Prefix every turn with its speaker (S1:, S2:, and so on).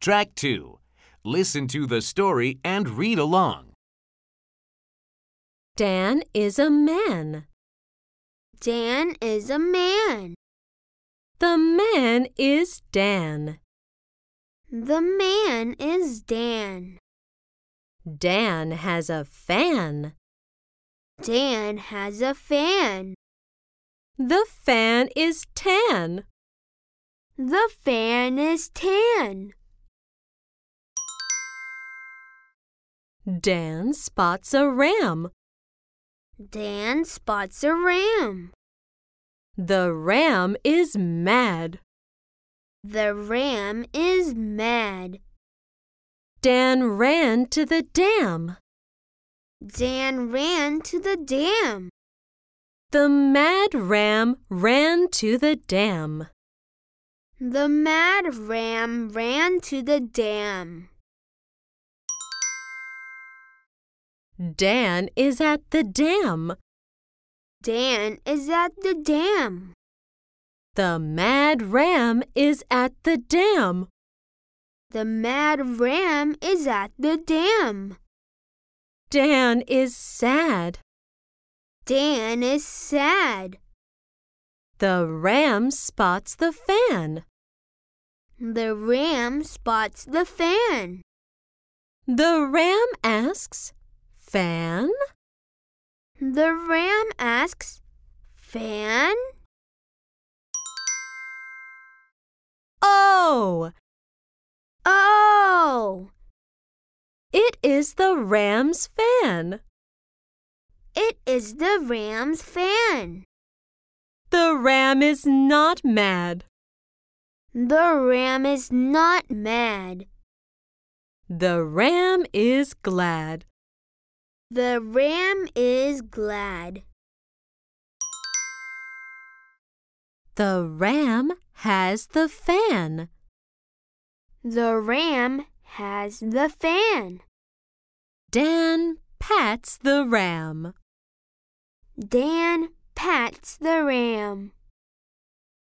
S1: Track 2. Listen to the story and read along.
S2: Dan is a man.
S3: Dan is a man.
S2: The man is Dan.
S3: The man is Dan.
S2: Dan has a fan.
S3: Dan has a fan.
S2: The fan is tan.
S3: The fan is tan.
S2: Dan spots a ram.
S3: Dan spots a ram.
S2: The ram is mad.
S3: The ram is mad.
S2: Dan ran to the dam.
S3: Dan ran to the dam.
S2: The mad ram ran to the dam.
S3: The mad ram ran to the dam.
S2: Dan is at the dam.
S3: Dan is at the dam.
S2: The mad ram is at the dam.
S3: The mad ram is at the dam.
S2: Dan is sad.
S3: Dan is sad.
S2: The ram spots the fan.
S3: The ram spots the fan.
S2: The ram asks, Fan?
S3: The ram asks, Fan?
S2: Oh!
S3: Oh!
S2: It is the ram's fan.
S3: It is the ram's fan.
S2: The ram is not mad.
S3: The ram is not mad.
S2: The ram is glad.
S3: The ram is glad.
S2: The ram has the fan.
S3: The ram has the fan.
S2: Dan pats the ram.
S3: Dan pats the ram.